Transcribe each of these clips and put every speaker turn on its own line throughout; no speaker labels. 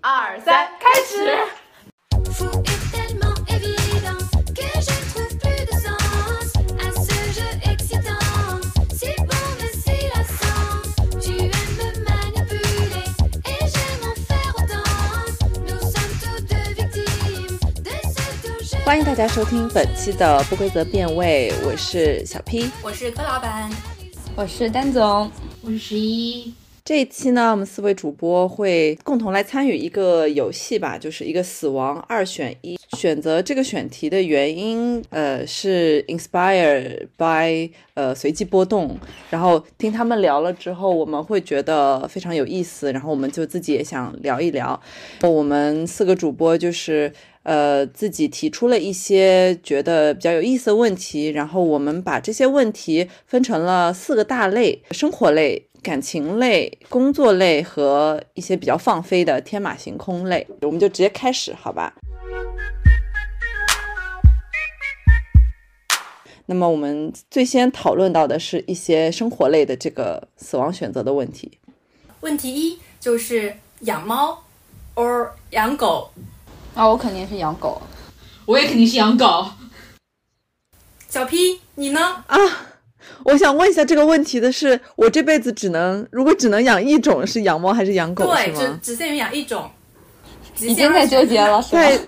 二三，开始。
Fou est tellement évident que je trouve plus de sens à ce jeu excitant. Si bon mais si lassant, tu aimes me manipuler et j'aime en faire autant. Nous sommes tous deux victimes de ce jeu.
欢迎大家收听本期的不规则变位，我是小 P。
我是柯老板，
我是丹总，
我是十一，
这一期呢，我们四位主播会共同来参与一个游戏吧，就是一个死亡二选一。选择这个选题的原因，呃，是 inspire by 呃随机波动，然后听他们聊了之后，我们会觉得非常有意思，然后我们就自己也想聊一聊。我们四个主播就是呃自己提出了一些觉得比较有意思的问题，然后我们把这些问题分成了四个大类：生活类、感情类、工作类和一些比较放飞的天马行空类。我们就直接开始，好吧？那么我们最先讨论到的是一些生活类的这个死亡选择的问题。
问题一就是养猫 or 养狗。
啊，我肯定是养狗，
我也肯定是养狗。
小 P，你呢？
我想问一下，这个问题的是，我这辈子只能如果只能养一种，是养猫还是养狗？是
对，只
吗？
只限于养一种。极
已
限
经在纠结了，是吧？
在，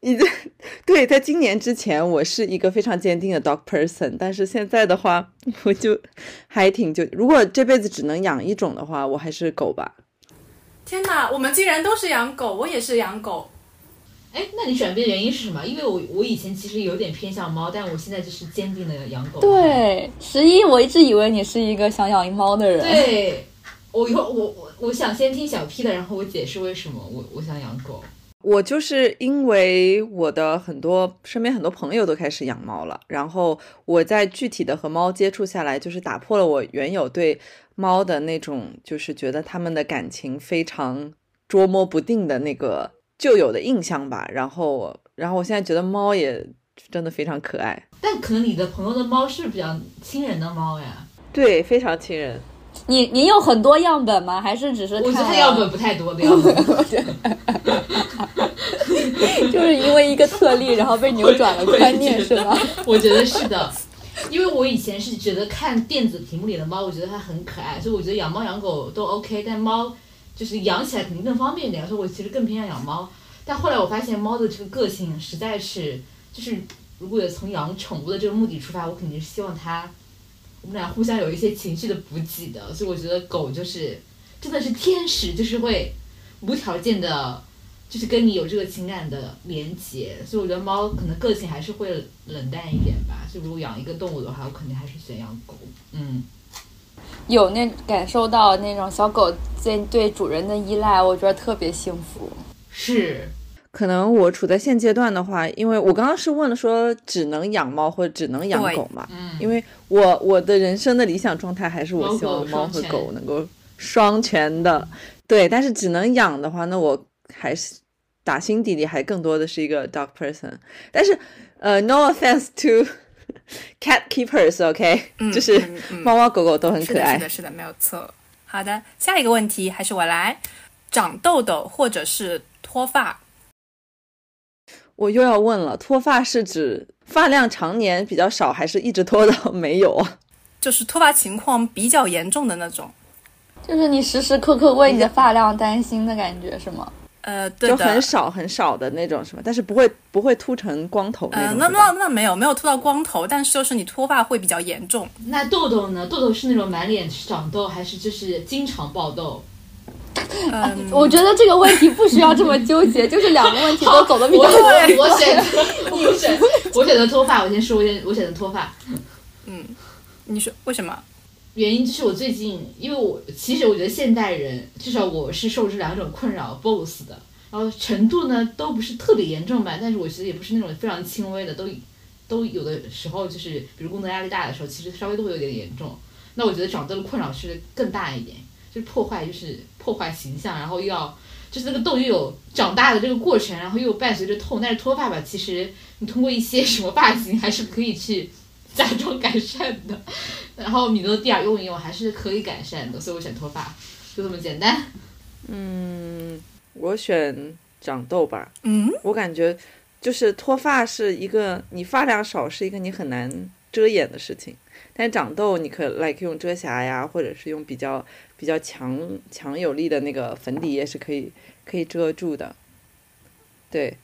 你在 对，在今年之前，我是一个非常坚定的 dog person，但是现在的话， 我就还挺就，如果这辈子只能养一种的话，我还是狗吧。
天哪，我们竟然都是养狗，我也是养狗。
哎，那你转变原因是什么？因为我我以前其实有点偏向猫，但我现在就是坚定的养狗。
对，十一，我一直以为你是一个想养猫的人。
对， 我以后我我我想先听小 P 的，然后我解释为什么我我想养狗。
我就是因为我的很多身边很多朋友都开始养猫了，然后我在具体的和猫接触下来，就是打破了我原有对猫的那种，就是觉得它们的感情非常捉摸不定的那个旧有的印象吧。然后，然后我现在觉得猫也真的非常可爱，
但可能你的朋友的猫是比较亲人的猫呀，
对，非常亲人。
你你有很多样本吗？还是只是
我觉得
看
它
了
样本不太啊多的样本。
就是因为一个特例，然后被扭转 了观念，是吗？
我觉得是的，因为我以前是觉得看电子屏幕里的猫，我觉得它很可爱，所以我觉得养猫养狗都 OK，但猫就是养起来肯定更方便一点，所以我其实更偏向养猫。但后来我发现猫的这个个性实在是，就是如果有从养宠物的这个目的出发，我肯定是希望它我们俩互相有一些情绪的补给的，所以我觉得狗就是真的是天使，就是会无条件的。就是跟你有这个情感的连接，所以我觉得猫可能个性还是会冷淡一点吧。就如果养一个动物的话，我肯定还是选养狗。嗯，
有那感受到那种小狗对对主人的依赖，我觉得特别幸福。
是
可能我处在现阶段的话，因为我刚刚是问了说只能养猫或者只能养
对
狗嘛，
嗯
因为我我的人生的理想状态还是我
猫
希望
狗
猫
双
和
全
狗能够双全的，对，但是只能养的话，那我还是打心底里还更多的是一个 dog person，但是呃，no offense to cat keepers，OK，、
嗯
就是
嗯嗯
猫猫狗狗都很
是
可
的，
爱
是，的，是的，没有错。好的，下一个问题还是我来。长痘痘或者是脱发，
我又要问了，脱发是指发量常年比较少，还是一直脱到没有啊？
就是脱发情况比较严重的那种。
就是你时时刻刻为你的发量担心的感觉，是吗？
呃，对
就
的，
很少很少的那种什么，但是不会不会秃成光头那
呃，
种。
那
对吧
那那没有没有秃到光头，但是就是你脱发会比较严重。
那豆豆呢？豆豆是那种满脸长痘，还是就是经常爆痘？
嗯，
我觉得这个问题不需要这么纠结，就是两个问题都走的比
我
较
我我选 择我选我选择脱发。我先说，我选我选择脱发。
你说为什么？
原因就是我最近，因为我其实我觉得现代人，至少我是受这两种困扰 BOSS 的，然后程度呢都不是特别严重吧，但是我觉得也不是那种非常轻微的，都都有的时候就是，比如工作压力大的时候，其实稍微都会有点严重。那我觉得长痘的困扰是更大一点，就是破坏，就是破坏形象，然后又要就是那个痘又有长大的这个过程，然后又伴随着痛。但是脱发吧，其实你通过一些什么发型还是可以去 假装改善的。然后米诺地尔用一用还是可以改善的，所以我选脱发，就这么简单。
我选长痘吧。
嗯，
我感觉就是脱发是一个你发量少是一个你很难遮掩的事情，但长痘你可 like 用遮瑕呀，或者是用比较比较强强有力的那个粉底液是可以可以遮住的。对，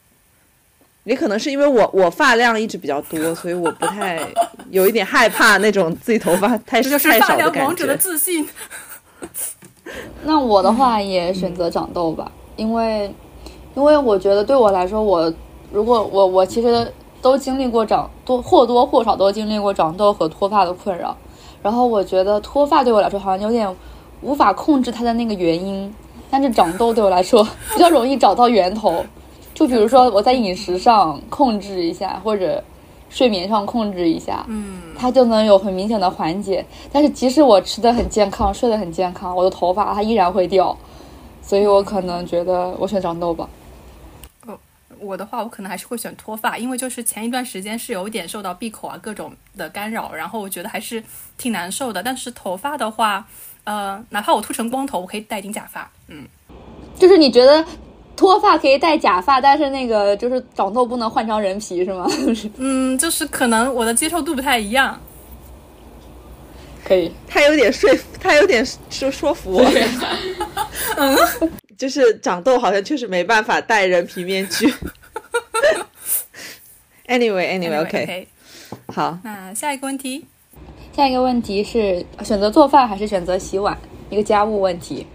也可能是因为我我发量一直比较多，所以我不太 有一点害怕那种自己头发太
这就是
太
发
少
量
的感
王者的
觉。
自信。
那我的话也选择长痘吧，因为因为我觉得对我来说，我如果我我其实都经历过长多或多或少都经历过长痘和脱发的困扰，然后我觉得脱发对我来说好像有点无法控制它的那个原因，但是长痘对我来说比较容易找到源头，就比如说我在饮食上控制一下，或者睡眠上控制一下，
嗯，
它就能有很明显的缓解。但是即使我吃的很健康，睡得很健康，我的头发它依然会掉，所以我可能觉得我选长痘吧。
我的话，我可能还是会选脱发，因为就是前一段时间是有一点受到闭口啊各种的干扰，然后我觉得还是挺难受的。但是头发的话，呃，哪怕我秃成光头，我可以戴顶假发。嗯，
就是你觉得脱发可以戴假发，但是那个就是长痘不能换成人皮是吗？
嗯，就是可能我的接受度不太一样。
可以，
他有点说服，他有点 说说服我。 就是长痘好像确实没办法戴人皮面具。Anyway，Anyway，OK，、
Anyway, OK，
好，
那下一个问题，
下一个问题是选择做饭还是选择洗碗？一个家务问题。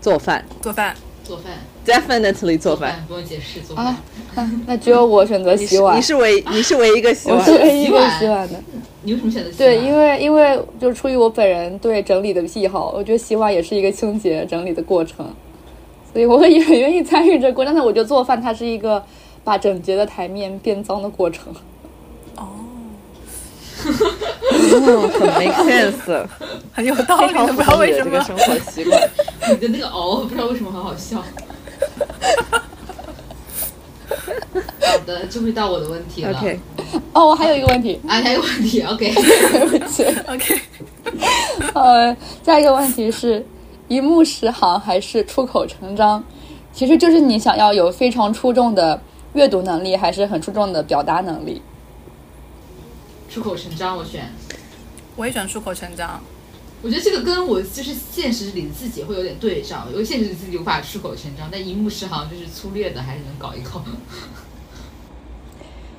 做饭
做饭。
做饭，
，definitely 做
做
饭。，
不用解释，做
啊
饭。
那那只有我选择
你
洗
是
碗
啊
你，是唯你是唯一一个洗
我
碗
是，唯一一
洗
个
碗
洗碗的。
你为什么选择洗
对，
碗
因为因为就是出于我本人对整理的癖好，我觉得洗碗也是一个清洁整理的过程，所以我也很愿意参与这个过程。但是我觉得做饭它是一个把整洁的台面变脏的过程。
嗯很 make sense，
很有道
非
理
常
的，不
符
知道
合你
为
的
什
这个
么。
生活习 惯。
你的那个哦，不知道为什么很好笑。好的，就会到我的问题了。
OK，
哦，我还有一个问题，
啊，还有问题，OK，
对不起，
OK，
呃，下一个问题是一目十行还是出口成章？其实就是你想要有非常出众的阅读能力，还是很出众的表达能力。
出口成章，我选。
我也选出口成章。
我觉得这个跟我就是现实里自己会有点对照，因为现实里自己无法出口成章，但一目十行就是粗略的还是能搞一搞。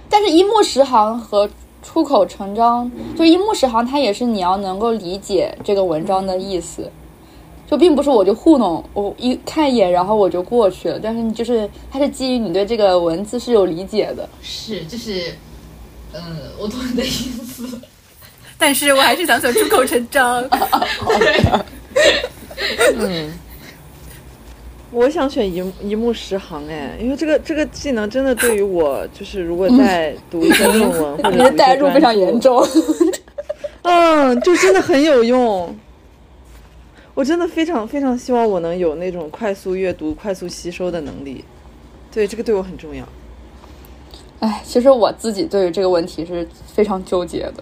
但是一目十行和出口成章，就是一目十行，它也是你要能够理解这个文章的意思，就并不是我就糊弄，我一看一眼然后我就过去了。但是你就是它是基于你对这个文字是有理解的，
是，就是，嗯，我懂你的意思。
但是我还是想选出口 成章。
我想选一一目十行哎，因为这个这个技能真的对于我，就是如果在读一些论文或者读
你
一
的
些
代入非
专
常
著
严重。
嗯，就真的很有用。我真的非常非常希望我能有那种快速阅读、快速吸收的能力。对，这个对我很重要。
哎，其实我自己对于这个问题是非常纠结的。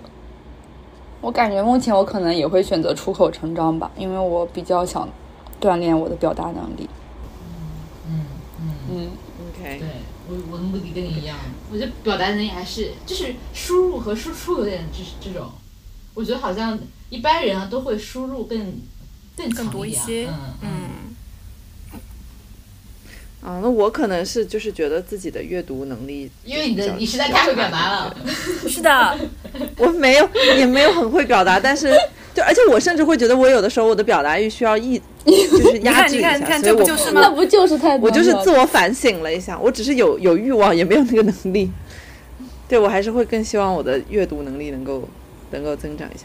我感觉目前我可能也会选择出口成章吧，因为我比较想锻炼我的表达能力。
嗯嗯，
嗯，
OK，
对我我的目的跟你一样，我觉得表达能力还是就是输入和输出有点就是这种，我觉得好像一般人啊都会输入更更
更
强
多一
点
些
嗯嗯，
嗯，
啊，那我可能是就是觉得自己的阅读能力，
因为你的你实在太会表达了，
是的，
我没有也没有很会表达，但是就而且我甚至会觉得我有的时候我的表达欲需要抑， 就是
你
压
看，
制
你
一
看，你
下，
看，
所以
这不
我
就是
那
吗？
不就是太
我就是
难了
自我反省了一下，我只是有有欲望，也没有那个能力。 对我还是会更希望我的阅读能力能够能够增长一下。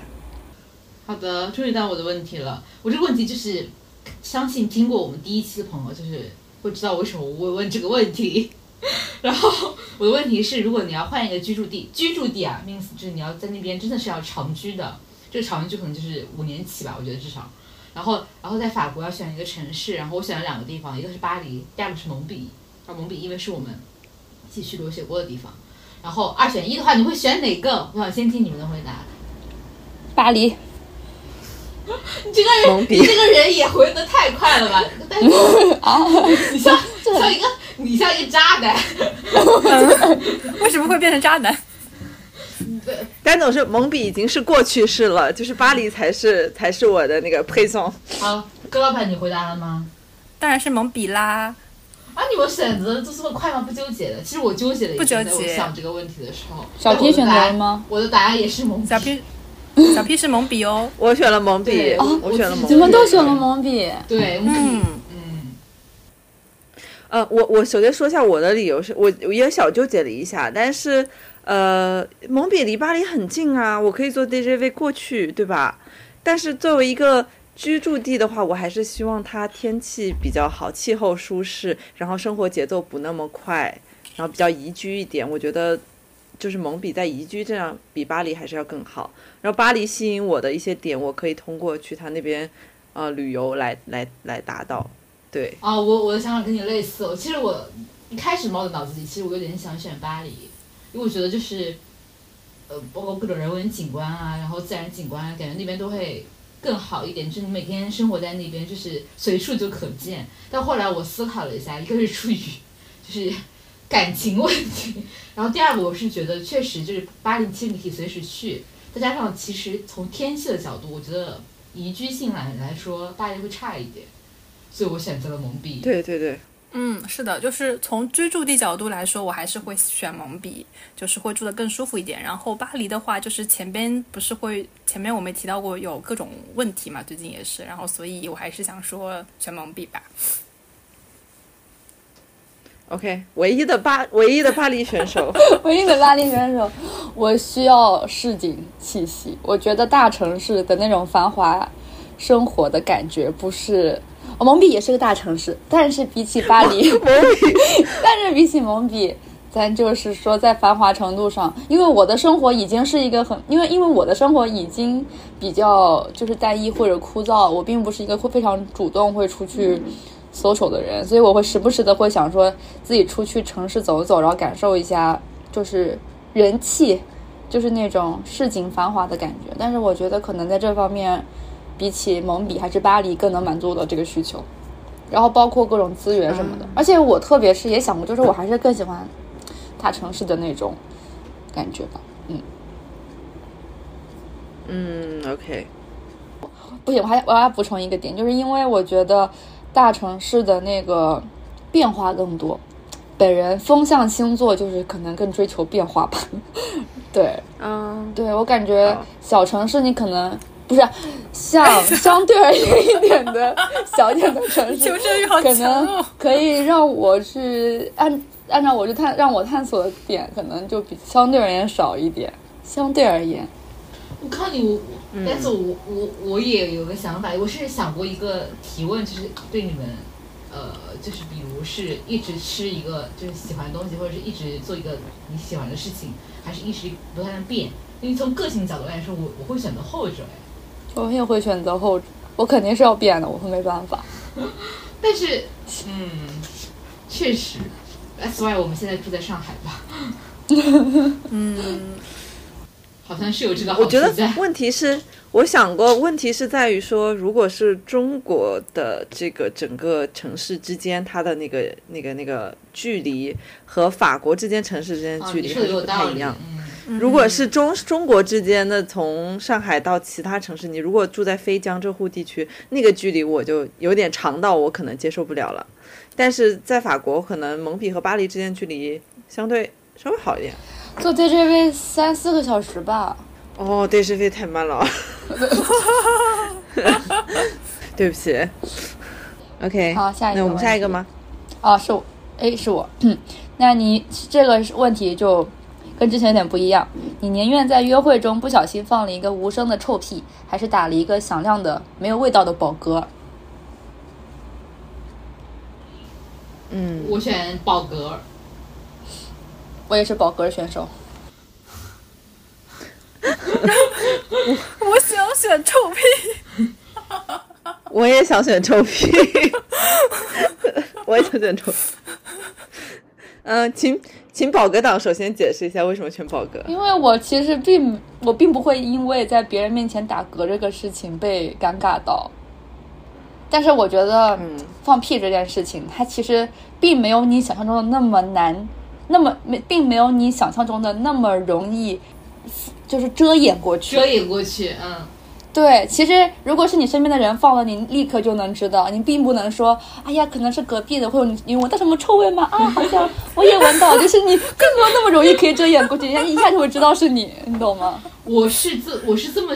好的，终于到我的问题了。我这个问题就是，相信听过我们第一期的朋友就是会知道为什么我会问这个问题。 然后我的问题是，如果你要换一个居住地，居住地啊，means 就是你要在那边真的是要长居的，这个长居可能就是五年起吧，我觉得至少。然后，然后在法国要选一个城市，然后我选了两个地方，一个是巴黎，第二个是蒙彼。啊，蒙彼因为是我们继续留学过的地方。然后二选 一的话，你会选哪个？我想先听你们的回答。
巴黎。
你这个
懵
人，
逼
你这个人也回的太快了吧？但 是
啊
你像像一个你像一个渣男，
为什么会变成渣男？
甘总是蒙比已经是过去式了，就是巴黎才是才是我的那个配送。
好，高老板，你回答了吗？
当然是蒙比啦。
啊，你们选择就这么快吗？不纠结的。其实我纠结了一
不纠
下，
结
在我想这个问题的时候。
小 P
但
选
我的答案
择了吗？
我的答案也是蒙
小
蔽。
P，小 P 是蒙比哦。
我选了蒙比，
对我
我选了蒙
我
你
比。
们都选了蒙 比，
对，我们可以
嗯，
嗯，
呃，我我首先说一下我的理由是，我我也小纠结了一下，但是呃，蒙比离巴黎很近啊，我可以坐 DJV 过去，对吧？但是作为一个居住地的话，我还是希望它天气比较好，气候舒适，然后生活节奏不那么快，然后比较宜居一点。我觉得就是蒙比在宜居这样比巴黎还是要更好。然后巴黎吸引我的一些点，我可以通过去它那边呃旅游来来来达到。对，
啊、我我的想法跟你类似。我其实我一开始猫的脑子里，其实我有点想选巴黎，因为我觉得就是，呃，包括各种人文景观啊，然后自然景观啊，感觉那边都会更好一点。就是你每天生活在那边，就是随处就可见。但后来我思考了一下，一个是出于 就是感情问题，然后第二个我是觉得确实就是巴黎，其实你可以随时去，再加上其实从天气的角度，我觉得宜居性来来说，巴黎会差一点。所以我选择了蒙蔽。
对对对。
嗯，是的，就是从居住地角度来说，我还是会选蒙彼，就是会住得更舒服一点。然后巴黎的话，就是前边不是会前面我们也提到过有各种问题嘛，最近也是，然后所以我还是想说选蒙彼吧。
OK，唯一的巴唯一的巴黎选 手，
唯一的拉丁选手，我需要市井气息。我觉得大城市的那种繁华生活的感觉不是。哦蒙彼也是个大城市，但是比起巴黎，但是比起蒙彼，咱就是说在繁华程度上，因为我的生活已经是一个很，因为因为我的生活已经比较就是单一或者枯燥，我并不是一个会非常主动会出去 social 的人，所以我会时不时的会想说自己出去城市走走，然后感受一下就是人气，就是那种市井繁华的感觉。但是我觉得可能在这方面，比起蒙彼还是巴黎更能满足我的这个需求。然后包括各种资源什么的，而且我特别是也想过，就是我还是更喜欢大城市的那种感觉吧。嗯，
嗯，OK，
不行，我还我要补充一个点，就是因为我觉得大城市的那个变化更多。本人风象星座就是可能更追求变化吧， 对，
嗯，
对我感觉
好
小城市你可能不是像相对而言一点的小一点的城市，
求生欲好
可
强
能
哦！
可以让我去按按照我去探让我探索的点，可能就比相对而言少一点。相对而言，
我靠你，我我但是我我我也有个想法，我是想过一个提问，就是对你们，呃，就是比如是一直吃一个就是喜欢的东西，或者是一直做一个你喜欢的事情，还是一直不断的变？因为从个性角度来说，我我会选择后者哎。
我也会选择后者，我肯定是要变的，我会没办法。
但是，嗯，确实，That's why 我们现在住在上海吧。嗯， 好像是有这个好
我觉得
存在。
问题是，我想过，问题是在于说，如果是中国的这个整个城市之间，它的那个那个那个距离和法国之间城市之间的
啊，
距
你
离
说
还
的
是
有
不太
道
一
理。
样。
嗯，
如果是中中国之间的，从上海到其他城市，你如果住在非江浙沪地区，那个距离我就有点长到我可能接受不了了。但是在法国，可能蒙彼和巴黎之间距离相对稍微好一点。
做 DJV 三四个小时吧，
哦，对，是非太慢了。 对不起。OK，
好下一个
那我们下一个吗？
啊，是我，哎，是我。那你这个问题就跟之前有点不一样。你宁愿在约会中不小心放了一个无声的臭屁，还是打了一个响亮的没有味道的饱嗝？
嗯，
嗯我选宝格。
我也是饱嗝选手。
我想选臭屁，
我也 想选臭屁，我也想选臭屁。嗯，请请宝哥党首先解释一下为什么选宝哥。
因为我其实并我并不会因为在别人面前打嗝这个事情被尴尬到，但是我觉得
嗯
放屁这件事情，它其实并没有你想象中的那么难，那么没并没有你想象中的那么容易，就是遮掩过去。
遮掩过去，嗯，
对，其实如果是你身边的人放了，你立刻就能知道，你并不能说，哎呀，可能是隔壁的，或者你你闻到什么臭味吗？啊，好像我也闻到，就是你并没有那么容易可以遮掩过去，人家一下就会知道是你，你懂吗？
我是这我是这么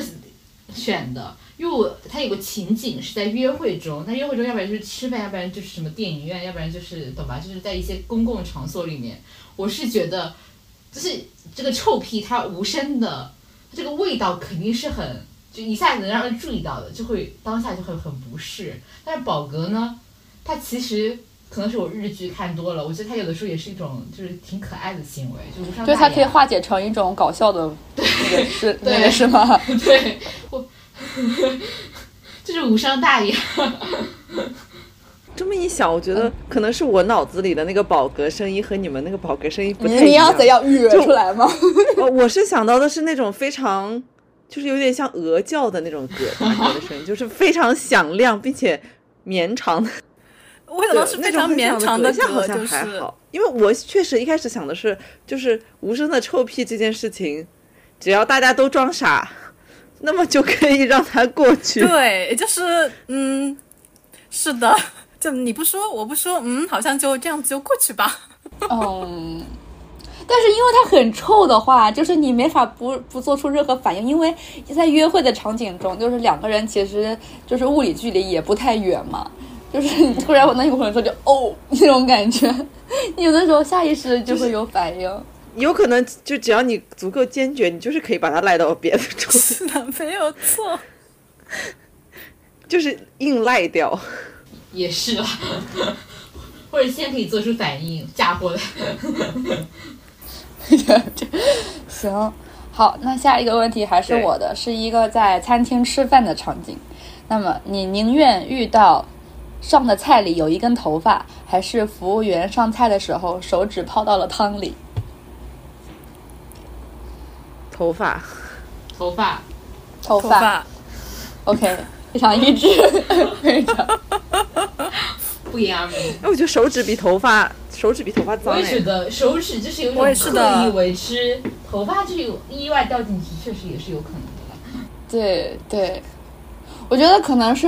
选的，因为我它有个情景是在约会中，那约会中要不然就是吃饭，要不然就是什么电影院，要不然就是懂吧，就是在一些公共场所里面，我是觉得就是这个臭屁它无声的，它这个味道肯定是很就一下子能让人注意到的，就会当下就会很不适。但是宝格呢，它其实。可能是我日剧看多了，我觉得它有的时候也是一种就是挺可爱的行为，就无伤
就是
大
它可以
雅
化解成一种搞笑的，那个 是
对
那个是吗？
对我， 就是无伤大雅。
这么一想，我觉
嗯
得可能是我脑子里的那个宝格声音和你们那个宝格声音不
你
太一
你要怎样语
就
出来吗？
我我是想到的是那种非常，就是有点像鹅叫的那种歌，它的声音就是非常响亮并且绵长的。
我想到是
那
非
种
常
很
绵
响
长
的
的
歌好
嗝，
像
就
还
是
好，因为我确实一开始想的是，就是无声的臭屁这件事情，只要大家都装傻，那么就可以让它过去。
对，就是嗯，是的， 就你不说，我不说，嗯，好像就这样子就过去吧。
嗯，但是因为它很臭的话，就是你没法不不做出任何反应，因为在约会的场景中，就是两个人其实就是物理距离也不太远嘛，就是你突然闻到一股臭，就哦那种感觉， 你有的时候下意识就会有反应。
有可能就只要你足够坚决，你就是可以把它赖到别的处，
是的，没有错。
就是硬赖掉。
也是啦，或者先可以做出反应，嫁祸的。
行，好，那下一个问题还是
对
我的，是一个在餐厅吃饭的场景。那么，你宁愿遇到上的菜里有一根头发，还是服务员上菜的时候手指泡到了汤里？
头发，
头发，
头
头
发
发
o k 非常一致，非常。
不言而明。
哎，我觉得手指比头发，手指比头发脏
我也
哎
觉。得手指就是有
我
种
也是的
刻意为之，头发就有意外掉进去，确实也是有可能的啦。
对对，我觉得可能是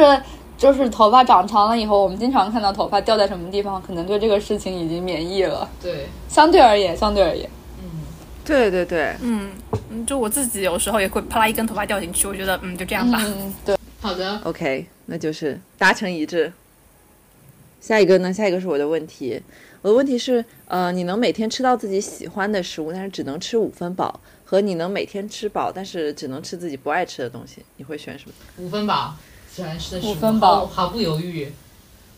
就是头发长长了以后，我们经常看到头发掉在什么地方，可能对这个事情已经免疫了。
对，
相对而言，相对而言，
对对对，
嗯，就我自己有时候也会啪啦一根头发掉进去，我觉得嗯就这样吧。
嗯，对，
好的，
OK，那就是达成一致。下一个呢？下一个是我的问题。我的问题是，呃，你能每天吃到自己喜欢的食物，但是只能吃五分饱，和你能每天吃饱，但是只能吃自己不爱吃的东西，你会选什么？
五分饱，喜欢吃的食物
五分饱
毫毫不犹豫，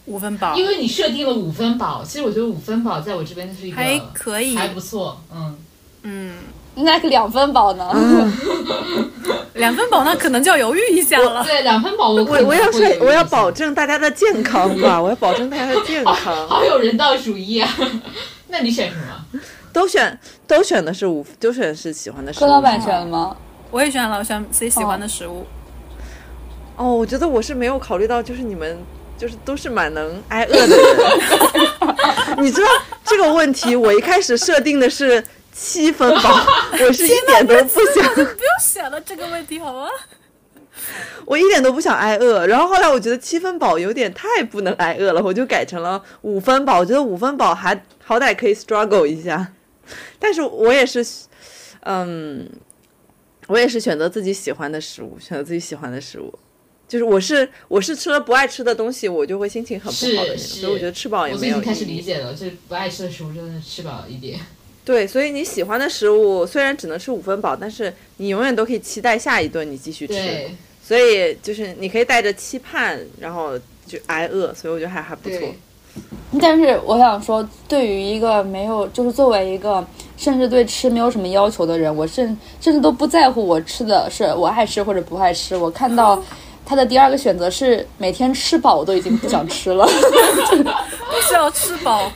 五分饱
因为你设定了五分饱。其实我觉得五分饱在我这边是一个
还可以，
还不错，嗯，
嗯，
那个两分饱呢？
两分饱那可能就要犹豫一下了。
对，两分饱我可
我
能
我要
会犹豫
是我要
一下
保证大家的健康吧，我要保证大家的健
好
康。
好有人道主义啊！ 那你选什么？
都选都选的是五，都选的是喜欢的食物。
哥老板选了吗？
我也选了，我选自己喜欢的食物。
哦，我觉得我是没有考虑到，就是你们就是都是蛮能挨饿的人。你知道这个问题，我一开始设定的是七分饱，我是一点都不想，
不用选了这个问题好吗？
我一点都不想挨饿。然后后来我觉得七分饱有点太不能挨饿了，我就改成了五分饱。我觉得五分饱还好歹可以 struggle 一下，但是我也是，嗯，我也是选择自己喜欢的食物，选择自己喜欢的食物。就是我是我是吃了不爱吃的东西，我就会心情很不好的那种，
是是
所以我觉得吃饱也
我
没
最近
有
开
意
始理
义。
解了，就是不爱吃的食物真的吃饱一点。
对，所以你喜欢的食物虽然只能吃五分饱，但是你永远都可以期待下一顿你继续吃。
对
所以就是你可以带着期盼，然后就挨饿，所以我觉得还还不错
对。，
但是我想说，对于一个没有，就是作为一个甚至对吃没有什么要求的人，我甚甚至都不在乎我吃的是我爱吃或者不爱吃。我看到他的第二个选择是每天吃饱，我都已经不想吃了。
不需要吃饱，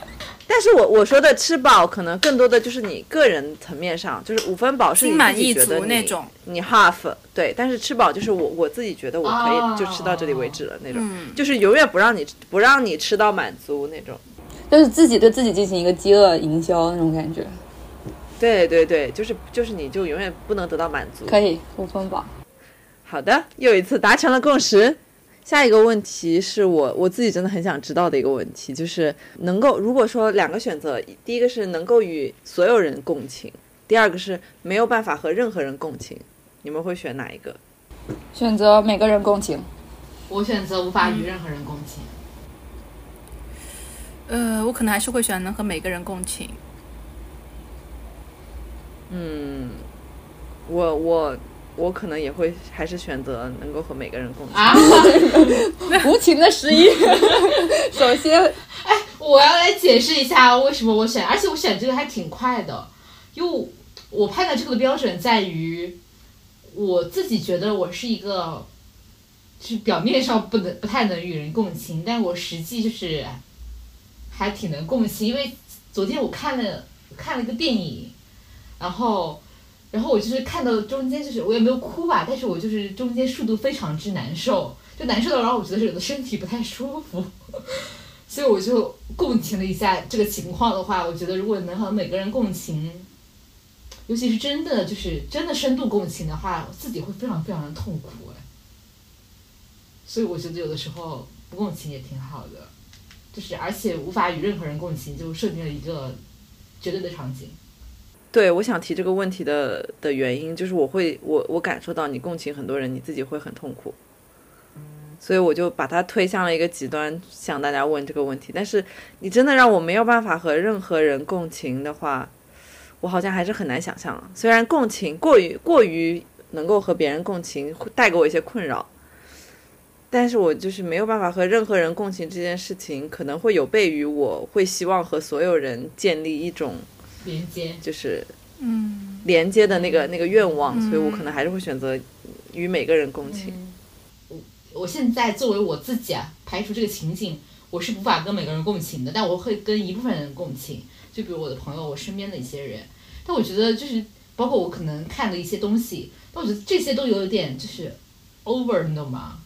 但是我我说的吃饱，可能更多的就是你个人层面上，就是五分饱是你
心满
自己
意
觉得
足
你
那种，
你 half 对，但是吃饱就是我我自己觉得我可
哦
以就吃到这里为止了那种，
嗯
就是永远不让你不让你吃到满足那种。
就是自己对自己进行一个饥饿营销那种感觉。
对对对，就是就是你就永远不能得到满足。
可以，五分饱。
好的，又一次达成了共识。下一个问题是我我自己真的很想知道的一个问题，就是能够如果说两个选择，第一个是能够与所有人共情，第二个是没有办法和任何人共情，你们会选哪一个？
选择每个人共情，
我选择无法与任何人共情。
呃，我可能还是会选能和每个人共情。
嗯我我我可能也会还是选择能够和每个人共情。
啊！
无情的十一。 首先，
我要来解释一下为什么我选，而且我选这个还挺快的，因为我判断这个的标准在于我自己觉得我是一个，就是表面上不能不太能与人共情，但我实际就是还挺能共情，因为昨天我看了看了一个电影，然后。然后我就是看到中间，就是我也没有哭吧，但是我就是中间速度非常之难受，就难受到让我觉得我的身体不太舒服。所以我就共情了一下这个情况的话，我觉得如果能和每个人共情，尤其是真的就是真的深度共情的话，自己会非常非常的痛苦哎。所以我觉得有的时候不共情也挺好的，就是而且无法与任何人共情，就设定了一个绝对的场景。
对，我想提这个问题的的原因就是我会我我感受到你共情很多人，你自己会很痛苦，所以我就把它推向了一个极端，向大家问这个问题。但是你真的让我没有办法和任何人共情的话，我好像还是很难想象。虽然共情过于过于能够和别人共情，会带给我一些困扰。但是我就是没有办法和任何人共情这件事情，可能会有悖于我会希望和所有人建立一种
连接，
就是
嗯，
连接的那个那个愿望，所以我可能还是会选择与每个人共情。
我现在作为我自己啊，排除这个情景，我是无法跟每个人共情的，但我会跟一部分人共情，就比如我的朋友，我身边的一些人。但我觉得就是包括我可能看的一些东西，但我觉得这些都有点就是 over，你懂吗？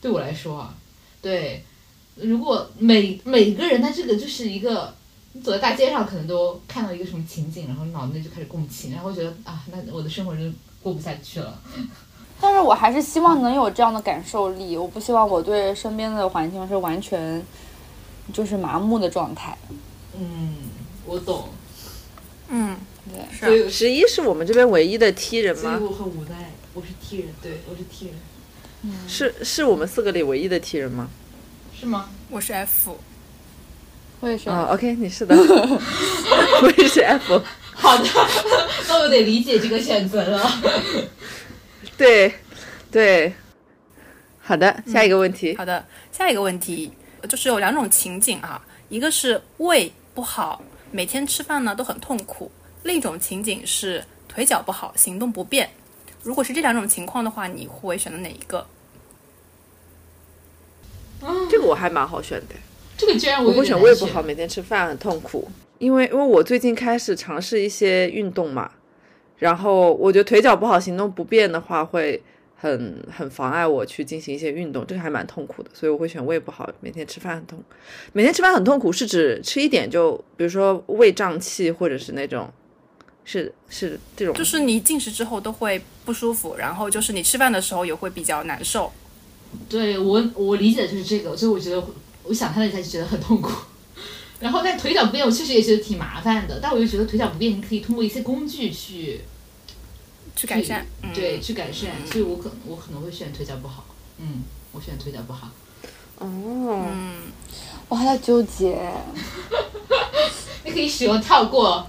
对我来说啊，对，如果每每个人他这个就是一个。你走在大街上，可能都看到一个什么情景，然后脑子里就开始共情，然后觉得啊，那我的生活就过不下去了。
但是我还是希望能有这样的感受力，我不希望我对身边的环境是完全就是麻木的状态。
嗯，我懂，
嗯，
对
是啊
所以十一是我们这边唯一的 T 人
所以
吗？
我很无奈，我是 T 人，对我是 T 人，
是是我们四个里唯一的 T 人吗？
是吗？
我是 F，
为什
啊、
么？
o k 你是的，我也是 F。
好的， 那我得理解这个选择了。
对对，好的，下一个问题。
好的，下一个问题就是有两种情景啊，一个是胃不好，每天吃饭呢都很痛苦；另一种情景是腿脚不好，行动不便。如果是这两种情况的话，你会选择哪一个？
这个我还蛮好选的，
这个居然
我
有
会
点
选
难
胃不好，，每天吃饭很痛苦，因为因为我最近开始尝试一些运动嘛，然后我觉得腿脚不好、行动不便的话，会很很妨碍我去进行一些运动，这个还蛮痛苦的，所以我会选胃不好，每天吃饭很痛，每天吃饭很痛苦是指吃一点就，比如说胃胀气或者是那种，是是这种，
就是你进食之后都会不舒服，然后就是你吃饭的时候也会比较难受。
对我我理解的就是这个，所以我觉得我想象了一下就觉得很痛苦。 然后但腿脚不便，我确实也觉得挺麻烦的，但我就觉得腿脚不便，你可以通过一些工具去
去改善，嗯，
对，去改善，所以我可我可能会选腿脚不好，嗯，我选腿脚不好。
哦，
我还在纠结。
你可以使用跳过，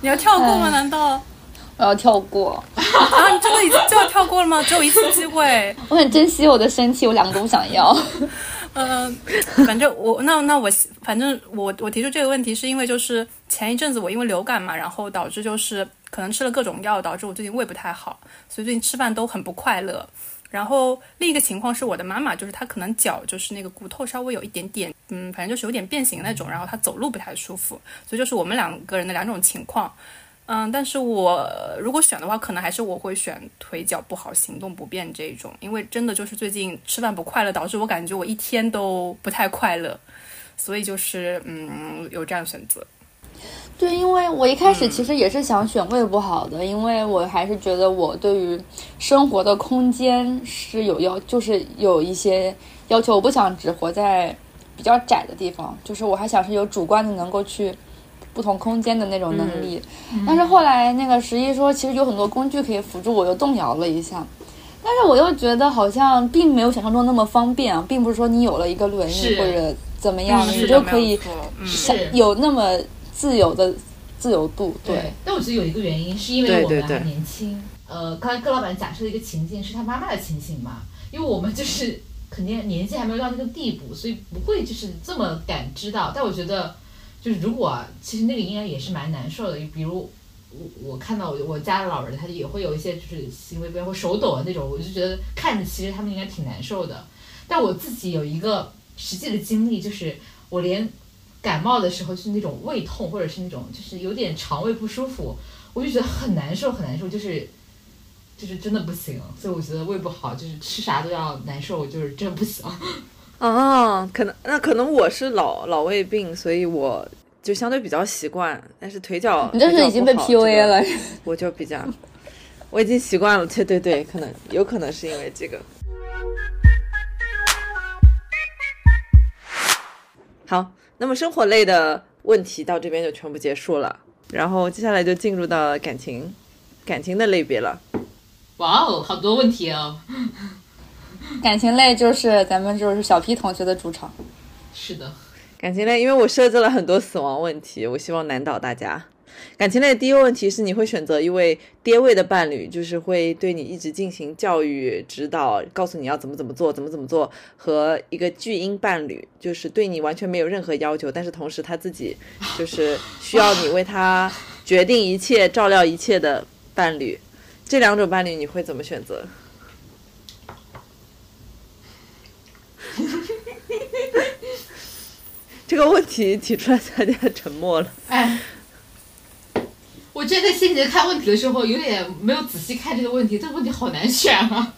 你要跳过吗？难道
我要跳过，
啊，你真的已经就要跳过了吗？只有一次机会，
我很珍惜我的身体，我两个都不想要。
嗯、反正我那那我反正我我提出这个问题是因为就是前一阵子我因为流感嘛，然后导致就是可能吃了各种药，导致我最近胃不太好，所以最近吃饭都很不快乐。然后另一个情况是我的妈妈，就是她可能脚就是那个骨头稍微有一点点，嗯，反正就是有点变形那种，然后她走路不太舒服，所以就是我们两个人的两种情况。嗯，但是我如果选的话，可能还是我会选腿脚不好、行动不便这一种，因为真的就是最近吃饭不快乐，导致我感觉我一天都不太快乐，所以就是嗯有这样选择。
对，因为我一开
嗯
始其实也是想选胃不好的，因为我还是觉得我对于生活的空间是有要，就是有一些要求，我不想只活在比较窄的地方，就是我还想是有主观的能够去不同空间的那种能力。
嗯
但是后来那个十一说，其实有很多工具可以辅助我，又动摇了一下。但是我又觉得好像并没有想象中那么方便啊，并不是说你有了一个轮椅
是
或者怎么样，
嗯是
你
的
就
没
可
有
以
错嗯，
像
是
有那么自由的自由度，对。
对，但我觉得有一个原因是因
对
为我
对
们还
对
年轻。呃，刚才各老板假设的一个情境是他妈妈的情形嘛，因为我们就是肯定年纪还没有到那个地步，所以不会就是这么感知到。但我觉得，就是如果啊其实那个应该也是蛮难受的，比如。我我看到我我家的老人，他也会有一些就是行为，比如说手抖啊那种，我就觉得看着其实他们应该挺难受的。但我自己有一个实际的经历，就是我连感冒的时候，就是那种胃痛，或者是那种就是有点肠胃不舒服，我就觉得很难受，很难受，就是就是真的不行。所以我觉得胃不好，就是吃啥都要难受，我就是真不行。
啊，可能那可能我是老老胃病，所以我就相对比较习惯。但是腿脚
你这
腿
是
脚
已经
不
被
好
PUA 了，
这个 我就比较，我已经习惯了。对对 对，可能有可能是因为这个。好，那么生活类的问题到这边就全部结束了，然后接下来就进入到了感情感情的类别了。
哇哦，好多问题哦。
感情类就是咱们就是小 P 同学的主场，
是的，
感情类，因为我设置了很多死亡问题，我希望难倒大家。感情类的第一个问题是，你会选择一位爹位的伴侣，就是会对你一直进行教育指导，告诉你要怎么怎么做，怎么怎么做，和一个巨婴伴侣，就是对你完全没有任何要求，但是同时他自己就是需要你为他决定一切、照料一切的伴侣。这两种伴侣你会怎么选择？这个问题提出来，大家沉默了。
哎，我之前在先前看问题的时候，有点没有仔细看这个问题，这个问题好难选 啊。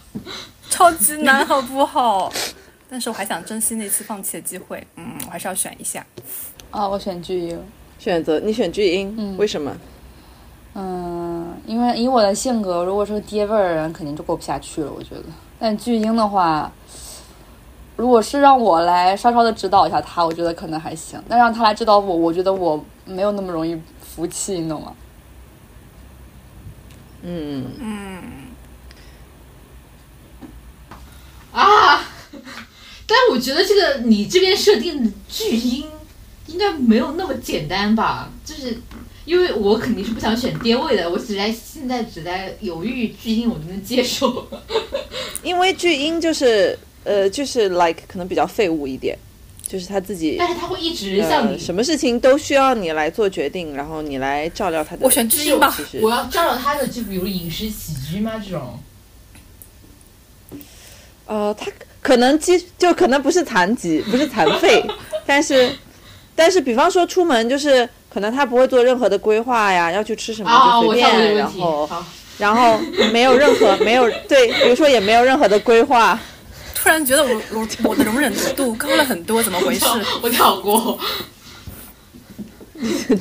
超级难，好不好？ 但是我还想珍惜那次放弃的机会，嗯，我还是要选一下。
啊，我选巨婴。
选择你选巨婴，为什么？
嗯，因为以我的性格，如果是个爹味儿的人，肯定就过不下去了。我觉得，但巨婴的话，如果是让我来稍稍的指导一下他，我觉得可能还行。但让他来指导我，我觉得我没有那么容易服气，你懂吗？
嗯，
啊！但我觉得这个你这边设定的巨婴应该没有那么简单吧？就是因为我肯定是不想选爹位的，我只在现在只在犹豫巨婴我能不能接受。
因为巨婴就是呃，就是 like 可能比较废物一点，就是他自己
但是他会一直向
呃
你，
什么事情都需要你来做决定，然后你来照料他的。
我选巨婴吧
其实
我要照着他的，就比如饮食起居吗？这种
呃，他可能肌就可能不是残疾，不是残 废，但是但是比方说出门就是可能他不会做任何的规划呀，要去吃什
啊，
么嗯就
我
随
看过这
便，
个
然
问题。
后
好，
然后没有任何没有对，比如说也没有任何的规划。
突然觉得我我我的容忍度高了很多，怎么回事？
我跳过，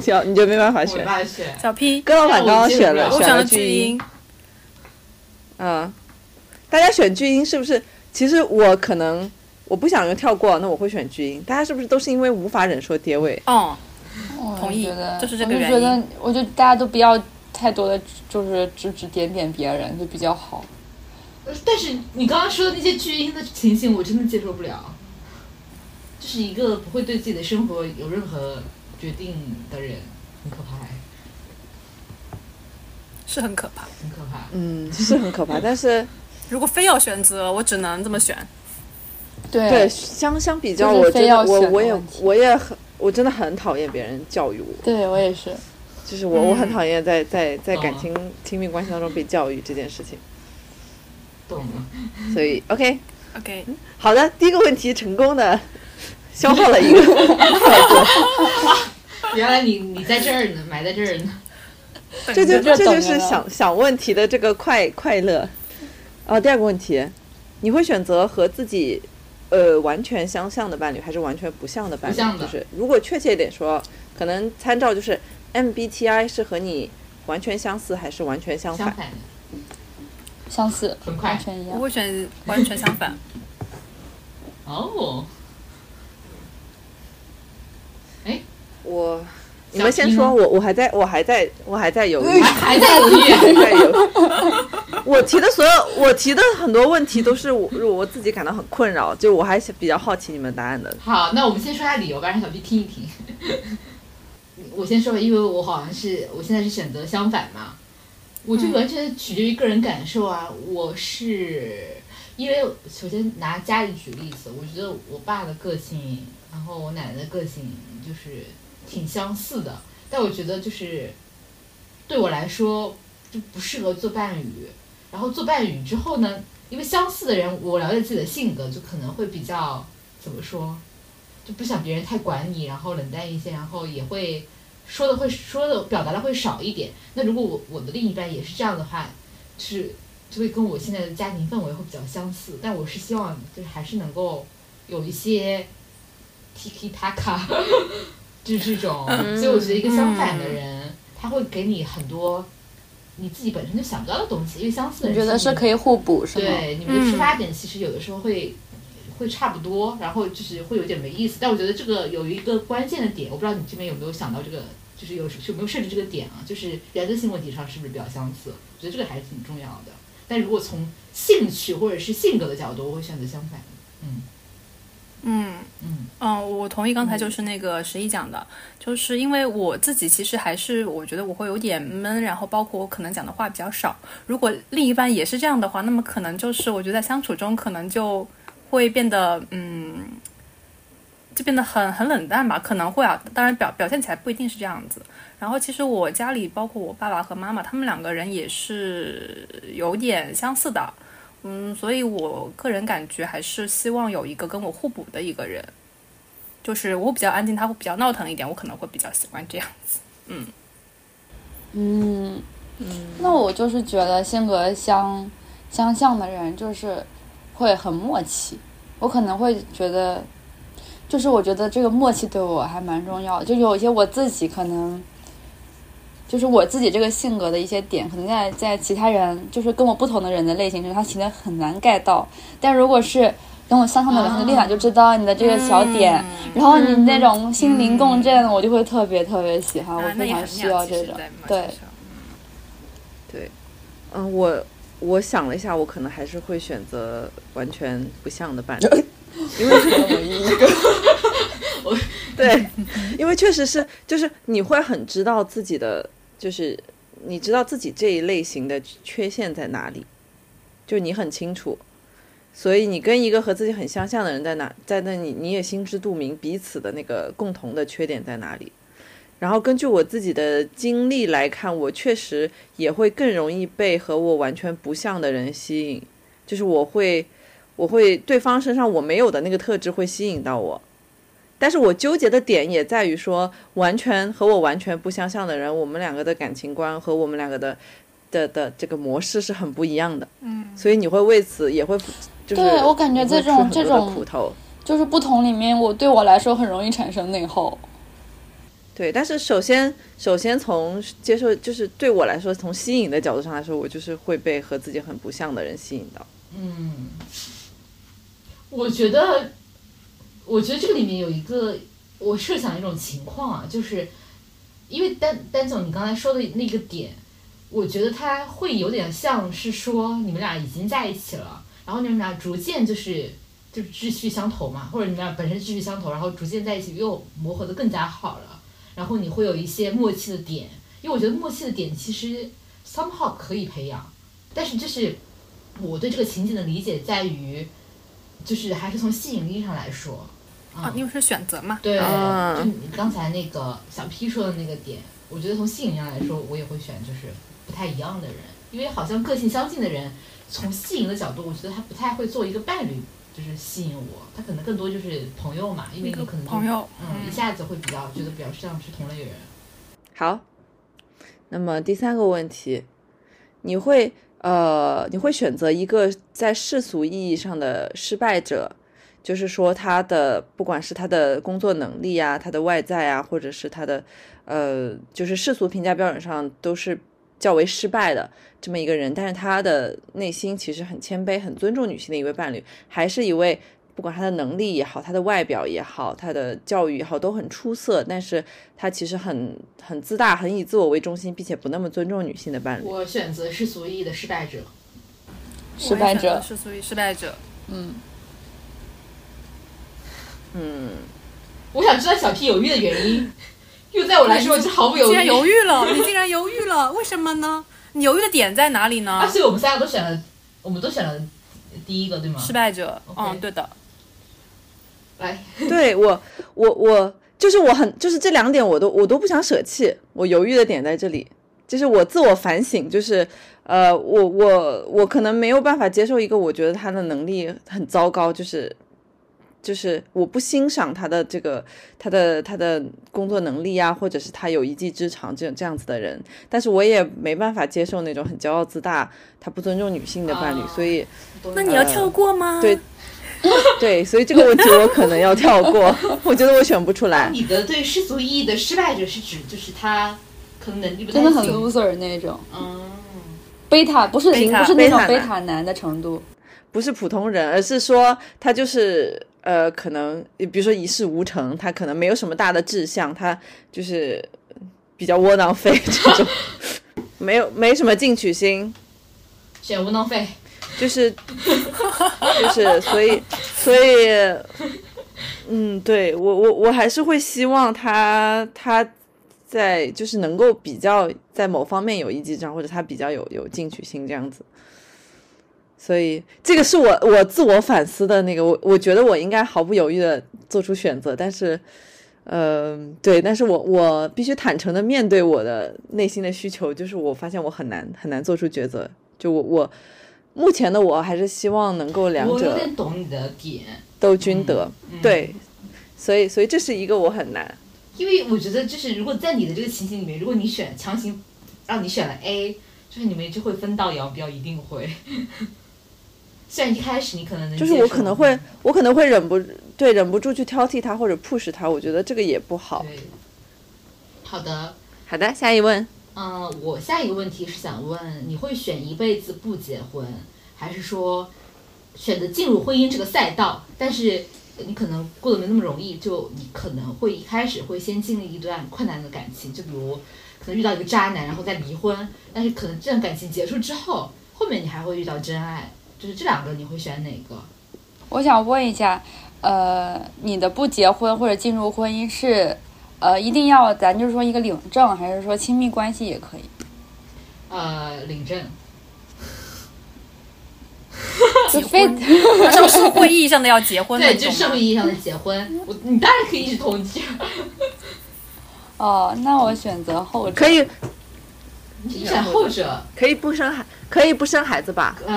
就你就没办法
我
选。
爸选。
小 P，
跟老板刚刚选了，
我
选
选
了
了
巨
巨
婴
婴，，
嗯，大家选巨婴是不是？其实我可能我不想用跳过，那我会选巨婴。大家是不是都是因为无法忍受爹味？
哦，
我
同意
觉得
就是这个
我
原
觉
因
得，我觉得大家都不要太多的，就是指指点点别人就比较好。
但是你刚刚说的那些巨婴的情形，我真的接受不了。就是一个不会对自己的生活有任何决定的人，很可怕，
是很可怕。
很可怕。
嗯，是很可怕。但是
如果非要选择，我只能这么选。
对
对相相比较，
就是
我
非
真
要
的我
选的
我也
问题
我也很我真的很讨厌别人教育我，
对我也是。
就是
嗯
我我很讨厌在在在
嗯
哦
感情亲密关系当中被教育这件事情。
懂了。
所以 OK，
OK，
好的，第一个问题成功的消耗了一个，
原来你你在这儿呢，埋在这儿呢。
这就
你就
这
这
就
懂了
是想想问题的这个快快乐。哦，第二个问题，你会选择和自己呃完全相像的伴侣，还是完全不像的伴侣？
不像的
就是如果确切一点说，可能参照就是 MBTI 是和你完全相似，还是完全相
相
反？
反的，
相似，
很快
完。全一
我
样。
会选完全相反。
哦，
我你
小
们先
鸡
说，
吗
我我还在我还在我还在犹豫。
还还在犹豫。
在有。我提的所有，我提的很多问题都是我我自己感到很困扰，就我还是比较好奇你们答案的。
好，那我们先说下理由吧，让小 B 听一听。 我先说吧，因为我好像是我现在是选择相反嘛，我就完全取决于个人感受啊。我是因为首先拿家里举例子，我觉得我爸的个性，然后我奶奶的个性就是挺相似的，但我觉得就是对我来说就不适合做伴侣。然后做伴侣之后呢，因为相似的人，我了解自己的性格，就可能会比较怎么说，就不想别人太管你，然后冷淡一些，然后也会说的会说的表达的会少一点。那如果我我的另一半也是这样的话，就是就会跟我现在的家庭氛围会比较相似。但我是希望就是还是能够有一些 tiki taka，就是这种。所以我觉得一个相反的人，他会给你很多你自己本身就想不到的东西，因为相似的
你
人
觉得
性
是
格
可以互补是吗？
对，你们的出发点其实有的时候会、会差不多，然后就是会有点没意思。但我觉得这个有一个关键的点，我不知道你这边有没有想到这个，就是有有没有设置这个点啊？就是原则性问题上是不是比较相似？我觉得这个还是挺重要的。但如果从兴趣或者是性格的角度，我会选择相反。
嗯
嗯
嗯，我同意刚才就是那个十一讲的，就是因为我自己其实还是我觉得我会有点闷，然后包括我可能讲的话比较少。如果另一半也是这样的话，那么可能就是我觉得在相处中可能就会变得嗯，就变得很很冷淡吧，可能会啊，当然表表现起来不一定是这样子。然后其实我家里包括我爸爸和妈妈，他们两个人也是有点相似的，嗯，所以我个人感觉还是希望有一个跟我互补的一个人，就是我比较安静，他会比较闹腾一点，我可能会比较喜欢这样。
嗯，那我就是觉得性格相相像的人就是会很默契。我可能会觉得，就是我觉得这个默契对我还蛮重要的。就有一些我自己可能，就是我自己这个性格的一些点，可能在在其他人就是跟我不同的人的类型中，他其实很难 get 到。但如果是跟我相像的人，可能立马就知道你的这个
啊
小点，
嗯
然后你那种心灵共振，我就会特别特别喜欢。我
啊，那
非
也
常
很
需要这种，对。
嗯，我我想了一下，我可能还是会选择完全不像的伴侣，因 为唯一一个。对，因为确实是，就是你会很知道自己的，就是你知道自己这一类型的缺陷在哪里，就你很清楚，所以你跟一个和自己很相像的人在哪，在那里你也心知肚明彼此的那个共同的缺点在哪里。然后根据我自己的经历来看，我确实也会更容易被和我完全不像的人吸引，就是我会，我会对方身上我没有的那个特质会吸引到我。但是我纠结的点也在于说，完全和我完全不相像的人，我们两个的感情观和我们两个的的的这个模式是很不一样的。嗯，所以你会为此也会就是
对我感觉
你会
这种
吃很
这
多的
种
苦头。
就是不同里面，我对我来说很容易产生内耗。
对，但是首先，首先从接受，就是对我来说，从吸引的角度上来说，我就是会被和自己很不像的人吸引到。
嗯，我觉得，我觉得这个里面有一个我设想一种情况啊，就是因为丹丹总你刚才说的那个点，我觉得他会有点像是说你们俩已经在一起了，然后你们俩逐渐就是就志趣相投嘛，或者你们俩本身志趣相投，然后逐渐在一起又磨合的更加好了，然后你会有一些默契的点，因为我觉得默契的点其实 somehow 可以培养，但是就是。我对这个情景的理解在于，就是还是从吸引力上来说，
啊，因为是选择嘛，
对，
啊
就你刚才那个小 P 说的那个点，我觉得从吸引力上来说，我也会选就是不太一样的人，因为好像个性相近的人，从吸引的角度，我觉得他不太会做一个伴侣，就是吸引我，他可能更多就是朋友嘛，因为你可能就
朋友，
嗯，一下子会比较觉得比较像是同类人。
好，那么第三个问题，你会呃，你会选择一个在世俗意义上的失败者，就是说他的不管是他的工作能力啊，他的外在啊，或者是他的呃，就是世俗评价标准上都是较为失败的这么一个人，但是他的内心其实很谦卑，很尊重女性的一位伴侣，还是一位不管他的能力也好，他的外表也好，他的教育也好，都很出色，但是他其实很很自大，很以自我为中心，并且不那么尊重女性的伴侣。
我选择世俗意义的失败者，
失败者
是属于失败 者。
嗯，
嗯，
我想知道小 P 犹豫的原因， 因为在我来说是毫不犹
竟然
豫。
犹豫了，你竟然犹豫了，为什么呢？你犹豫的点在哪里
啊，
呢？
所以我们三个都选了，我们都选了第一个，对吗？
失败者，
OK
嗯，对的，
来，
对我，我我就是我很就是这两点我都我都不想舍弃，我犹豫的点在这里，就是我自我反省，就是呃，我我我可能没有办法接受一个我觉得他的能力很糟糕，就是就是我不欣赏他的这个他的他的工作能力啊，或者是他有一技之长这这样子的人，但是我也没办法接受那种很骄傲自大，他不尊重女性的伴侣，
啊
所以
那你
呃
要跳过
呃
吗？
对对，所以这个问题我可能要跳过，我觉得我选不出来。
你的对世俗意义的失败者是指就是他可能能力不太
真
行，
的很 loser 那种，
嗯，
贝塔不是
贝塔
不是那种
贝
贝
塔
塔男的程度，
不是普通人，而是说他就是呃，可能比如说一事无成，他可能没有什么大的志向，他就是比较窝囊废这种，没有没什么进取心，
选无能费。
就是就是所以所以嗯，对我我我还是会希望他他。在就是能够比较在某方面有一技之长，或者他比较有有进取心这样子，所以这个是我我自我反思的那个，我我觉得我应该毫不犹豫的做出选择，但是，嗯、对，但是我我必须坦诚的面对我的内心的需求，就是我发现我很难很难做出抉择，就我我目前的我还是希望能够两
我有
者
点懂你的点，
都均得，
嗯
对，所以所以这是一个我很难，
因为我觉得就是如果在你的这个情形里面，如果你选强行让你选了 A，就是你们就会分道扬镳，一定会。 虽然一开始你可能能
就是
接
我
受
可能会我可能会忍不对忍不住去挑剔他或者 push 他，我觉得这个也不好。
对，好的，
好的，下一问。
嗯，我下一个问题是想问，你会选一辈子不结婚，还是说选择进入婚姻这个赛道？但是你可能过得没那么容易，就你可能会一开始会先经历一段困难的感情，就比如可能遇到一个渣男，然后再离婚，但是可能这段感情结束之后，后面你还会遇到真爱，就是这两个你会选哪个？
我想问一下，呃，你的不结婚或者进入婚姻是，呃，一定要咱就是说一个领证，还是说亲密关系也可以？
呃，领证，
就非
那种社会意义上的要结婚那
对，就
种
社会
吗。
意义上的结婚，我你当然可以一直同居，
哦，那我选择后者。
可以
你选后者。
可以不生孩，可以不生孩子吧？
嗯，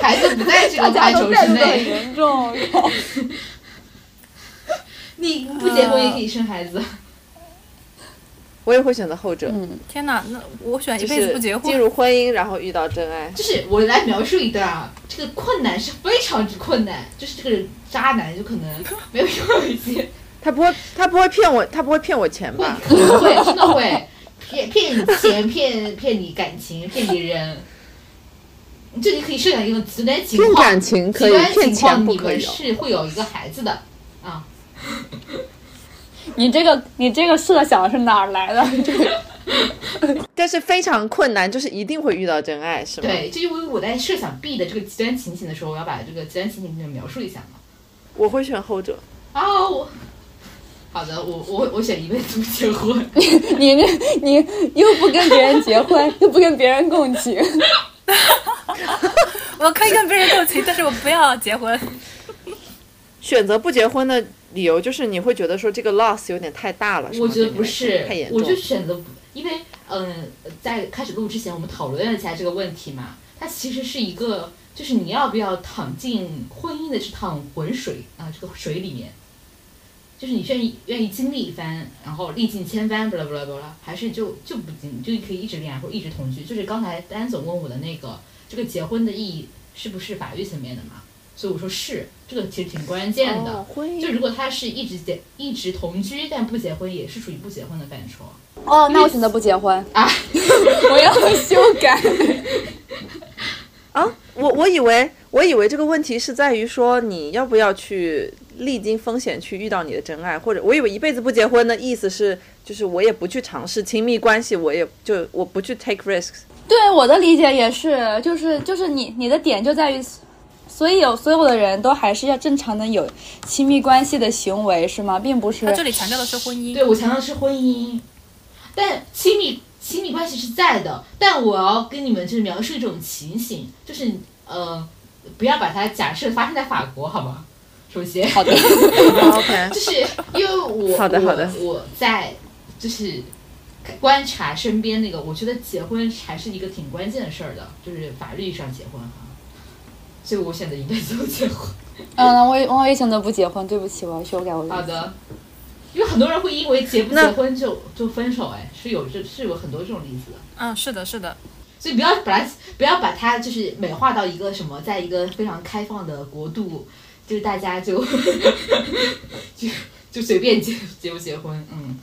孩子不在，孩子不在这个范畴之内。
严重。
你不结婚也可以生孩子，
我也会选择后者，
嗯，
天哪，那我选
就
一辈子
是
不结
进
婚，
入婚姻，然后遇到真爱。
就是我来描述一段啊，这个困难是非常之困难，就是这个渣男就可能没有拥有一些，
他不会，他不会骗我，他不会骗我钱
会
吧？
可能会真的会骗骗你钱，骗骗你感情，骗你人。就你可以设想一个极端情
骗
况，
感情可
极
以，
端
骗
情
钱
况
不
你
可
们
以哦。
是会有一个孩子的啊。
你这个你这个设想是哪儿来的？
但是非常困难，就是一定会遇到真爱，是吗？，
对，就因为我在设想 B 的这个极端情形的时候，我要把这个极端情形给描述一下嘛。
我会选后者。
啊，我好的，我我我选一辈子不结婚，
你这你又不跟别人结婚，又不跟别人共情，
我可以跟别人共情，但是我不要结 婚。
选择不结婚的理由就是你会觉得说这个 loss 有点太大了，吗
我觉得
对你
不
来
是
说太严，重。
我就选择不，因为嗯，在开始录之前，我们讨论了一下这个问题嘛。它其实是一个，就是你要不要淌进婚姻的这趟浑水啊，这个水里面，就是你愿意愿意经历一番，然后历尽千帆，巴拉巴拉巴拉，还是就就不经，就可以一直恋爱或者一直同居。就是刚才丹总问我的那个，这个结婚的意义是不是法律层面的嘛？所以我说是，这个其实挺关键的。
哦婚
就
姻
如果他是一直结一直同居但不结婚，也是属于不结婚的范畴。
哦，那我选择不结婚，
啊，
我要修改。
啊，我我以为我以为这个问题是在于说你要不要去历经风险去遇到你的真爱，或者我以为一辈子不结婚的意思是就是我也不去尝试亲密关系，我也就我不去 take risks。
对我的理解也是，就是就是你你的点就在于，所以有所有的人都还是要正常的有亲密关系的行为是吗？并不是
啊
啊他这里强调的是婚姻，
对我强调的是婚姻，但亲密亲密关系是在的，但我要跟你们就是描述一种情形，就是呃，不要把它假设发生在法国，好吗？首先，
好的。
哦 OK，
就是因为我
好的好的
我我在就是观察身边那个，我觉得结婚还是一个挺关键的事儿的，就是法律上结婚哈。所以我选择一辈子不结婚。
嗯，我也我也选择不结婚，对不起，我要修改我的。
好的，因为很多人会因为结不结
那
婚就就分手，哎，是有这是有很多这种例子的。
嗯，是的，是的，
所以不要把它不要把它就是美化到一个什么，在一个非常开放的国度，就是大家就 就就随便结结不结婚，嗯，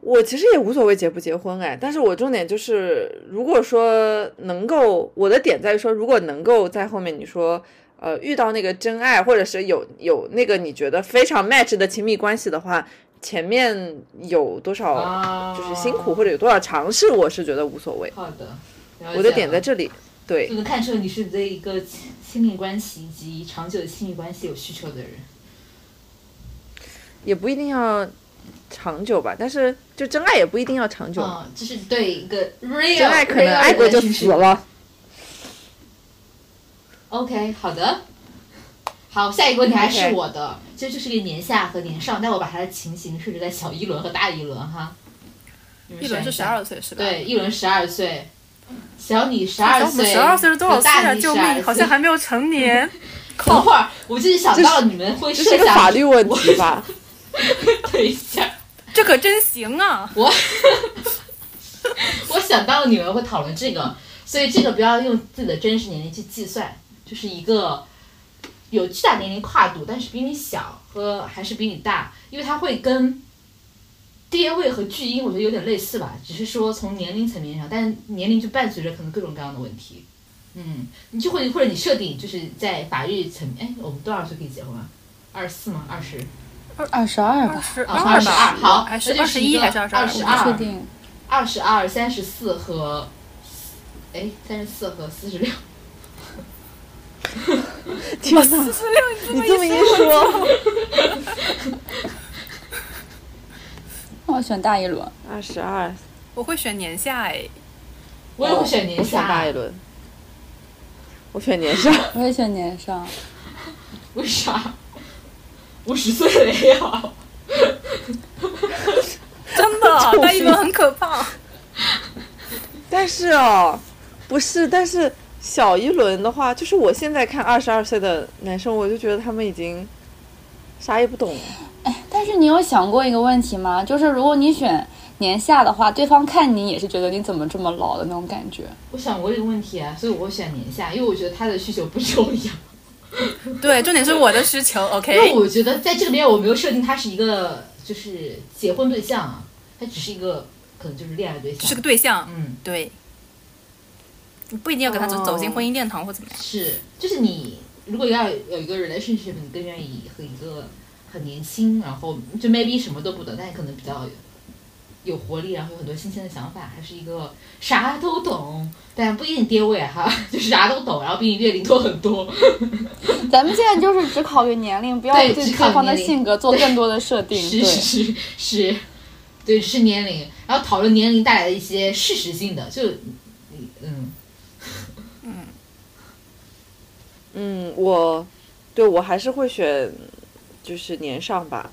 我其实也无所谓结不结婚哎，但是我重点就是，如果说能够，我的点在于说，如果能够在后面你说，呃，遇到那个真爱，或者是有有那个你觉得非常 match 的亲密关系的话，前面有多少
啊
哦就是辛苦或者有多少尝试，我是觉得无所谓。
好的，了解了
我的点在这里，对
就能看出你是对一个亲亲密关系以及长久的亲密关系有需求的人。
也不一定要长久吧，但是就真爱也不一定要长久，
嗯，就是对一个 real
真爱可能爱过就死。了。
OK，好的。好，下一个问题还是我的，其实就是一个年下和年上，但我把它的情形设置在小一轮和大一轮哈。你们
一轮
选
是
一
十
下
二岁是吧？
对，一轮十二岁，小你十
哎，我
二
们
岁，
十二岁是多少岁
和大
啊？
你
救
12岁
命，好像还没有成年。
等会儿，我就是想到你们会
这是
设
一个
想
法律问题吧？
我等一下，
这可真行啊！
我 我想到你们会讨论这个，所以这个不要用自己的真实年龄去计算，就是一个有巨大年龄跨度，但是比你小和还是比你大，因为它会跟爹位和巨婴我觉得有点类似吧，只是说从年龄层面上，但年龄就伴随着可能各种各样的问题。嗯，你就会或者你设定就是在法律层面，哎，我们多少岁可以结婚啊？二十四吗？二十？
二十二
二，十
啊二
二
十
吧
二，，好，
还
那
是
就
二
是
十
一
一
个
还是二
22
十
不确定。
二十二、三十四和，哎，三十四和四十六，
天哪！你这么一说，
那我选大一轮。
二十二，
我会选年下哎，
我也会选年
我选大
下
一，轮，我选年上。
我也选年上，
为啥？我十岁了呀！
真的，啊大一轮很可怕。
但是哦，不是，但是小一轮的话，就是我现在看二十二岁的男生，我就觉得他们已经啥也不懂了。
但是你有想过一个问题吗？就是如果你选年下的话，对方看你也是觉得你怎么这么老的那种感觉。
我想过这个问题啊，所以我选年下，因为我觉得他的需求不重要。
对，重点是我的需求。
因为
OK，
我觉得在这个里面，我没有设定他是一个就是结婚对象啊，他只是一个可能就是恋爱对
这是
象
个。对象，
嗯，
对，你不一定要跟他走
哦
走进婚姻殿堂或怎么样。
是，就是你如果要有一个 relationship，你更愿意和一个很年轻，然后就 maybe 什么都不懂，但可能比较有有活力，然后有很多新鲜的想法，还是一个啥都懂，但不一定爹味啊哈， 就是啥都懂，然后比你阅历多很多。
咱们现在就是只考虑年龄，不要
对
对
只
对
考虑
方的
年龄
性格做更多的设 定。
是
对，
是是是，对，是年龄，然后讨论年龄带来的一些事实性的，就嗯嗯，
嗯，我对我还是会选，就是年上吧。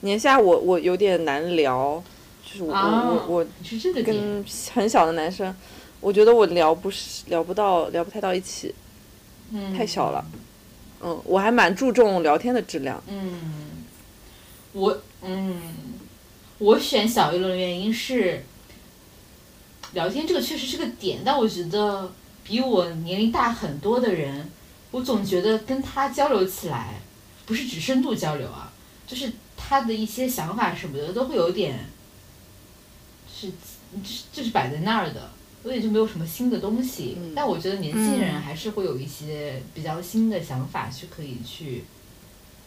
年下我我有点难聊，就是我、
啊
我我
你是这个点，
跟很小的男生，我觉得我聊不是聊不到聊不太到一起，
嗯，
太小了。嗯，我还蛮注重聊天的质量。
嗯，我嗯，我选小一轮的原因是，聊天这个确实是个点，但我觉得比我年龄大很多的人，我总觉得跟他交流起来，不是指深度交流啊，就是他的一些想法什么的都会有点，是就是就是摆在那儿的。有点就没有什么新的东西，
嗯
但我觉得年轻人
嗯
还是会有一些比较新的想法是可以去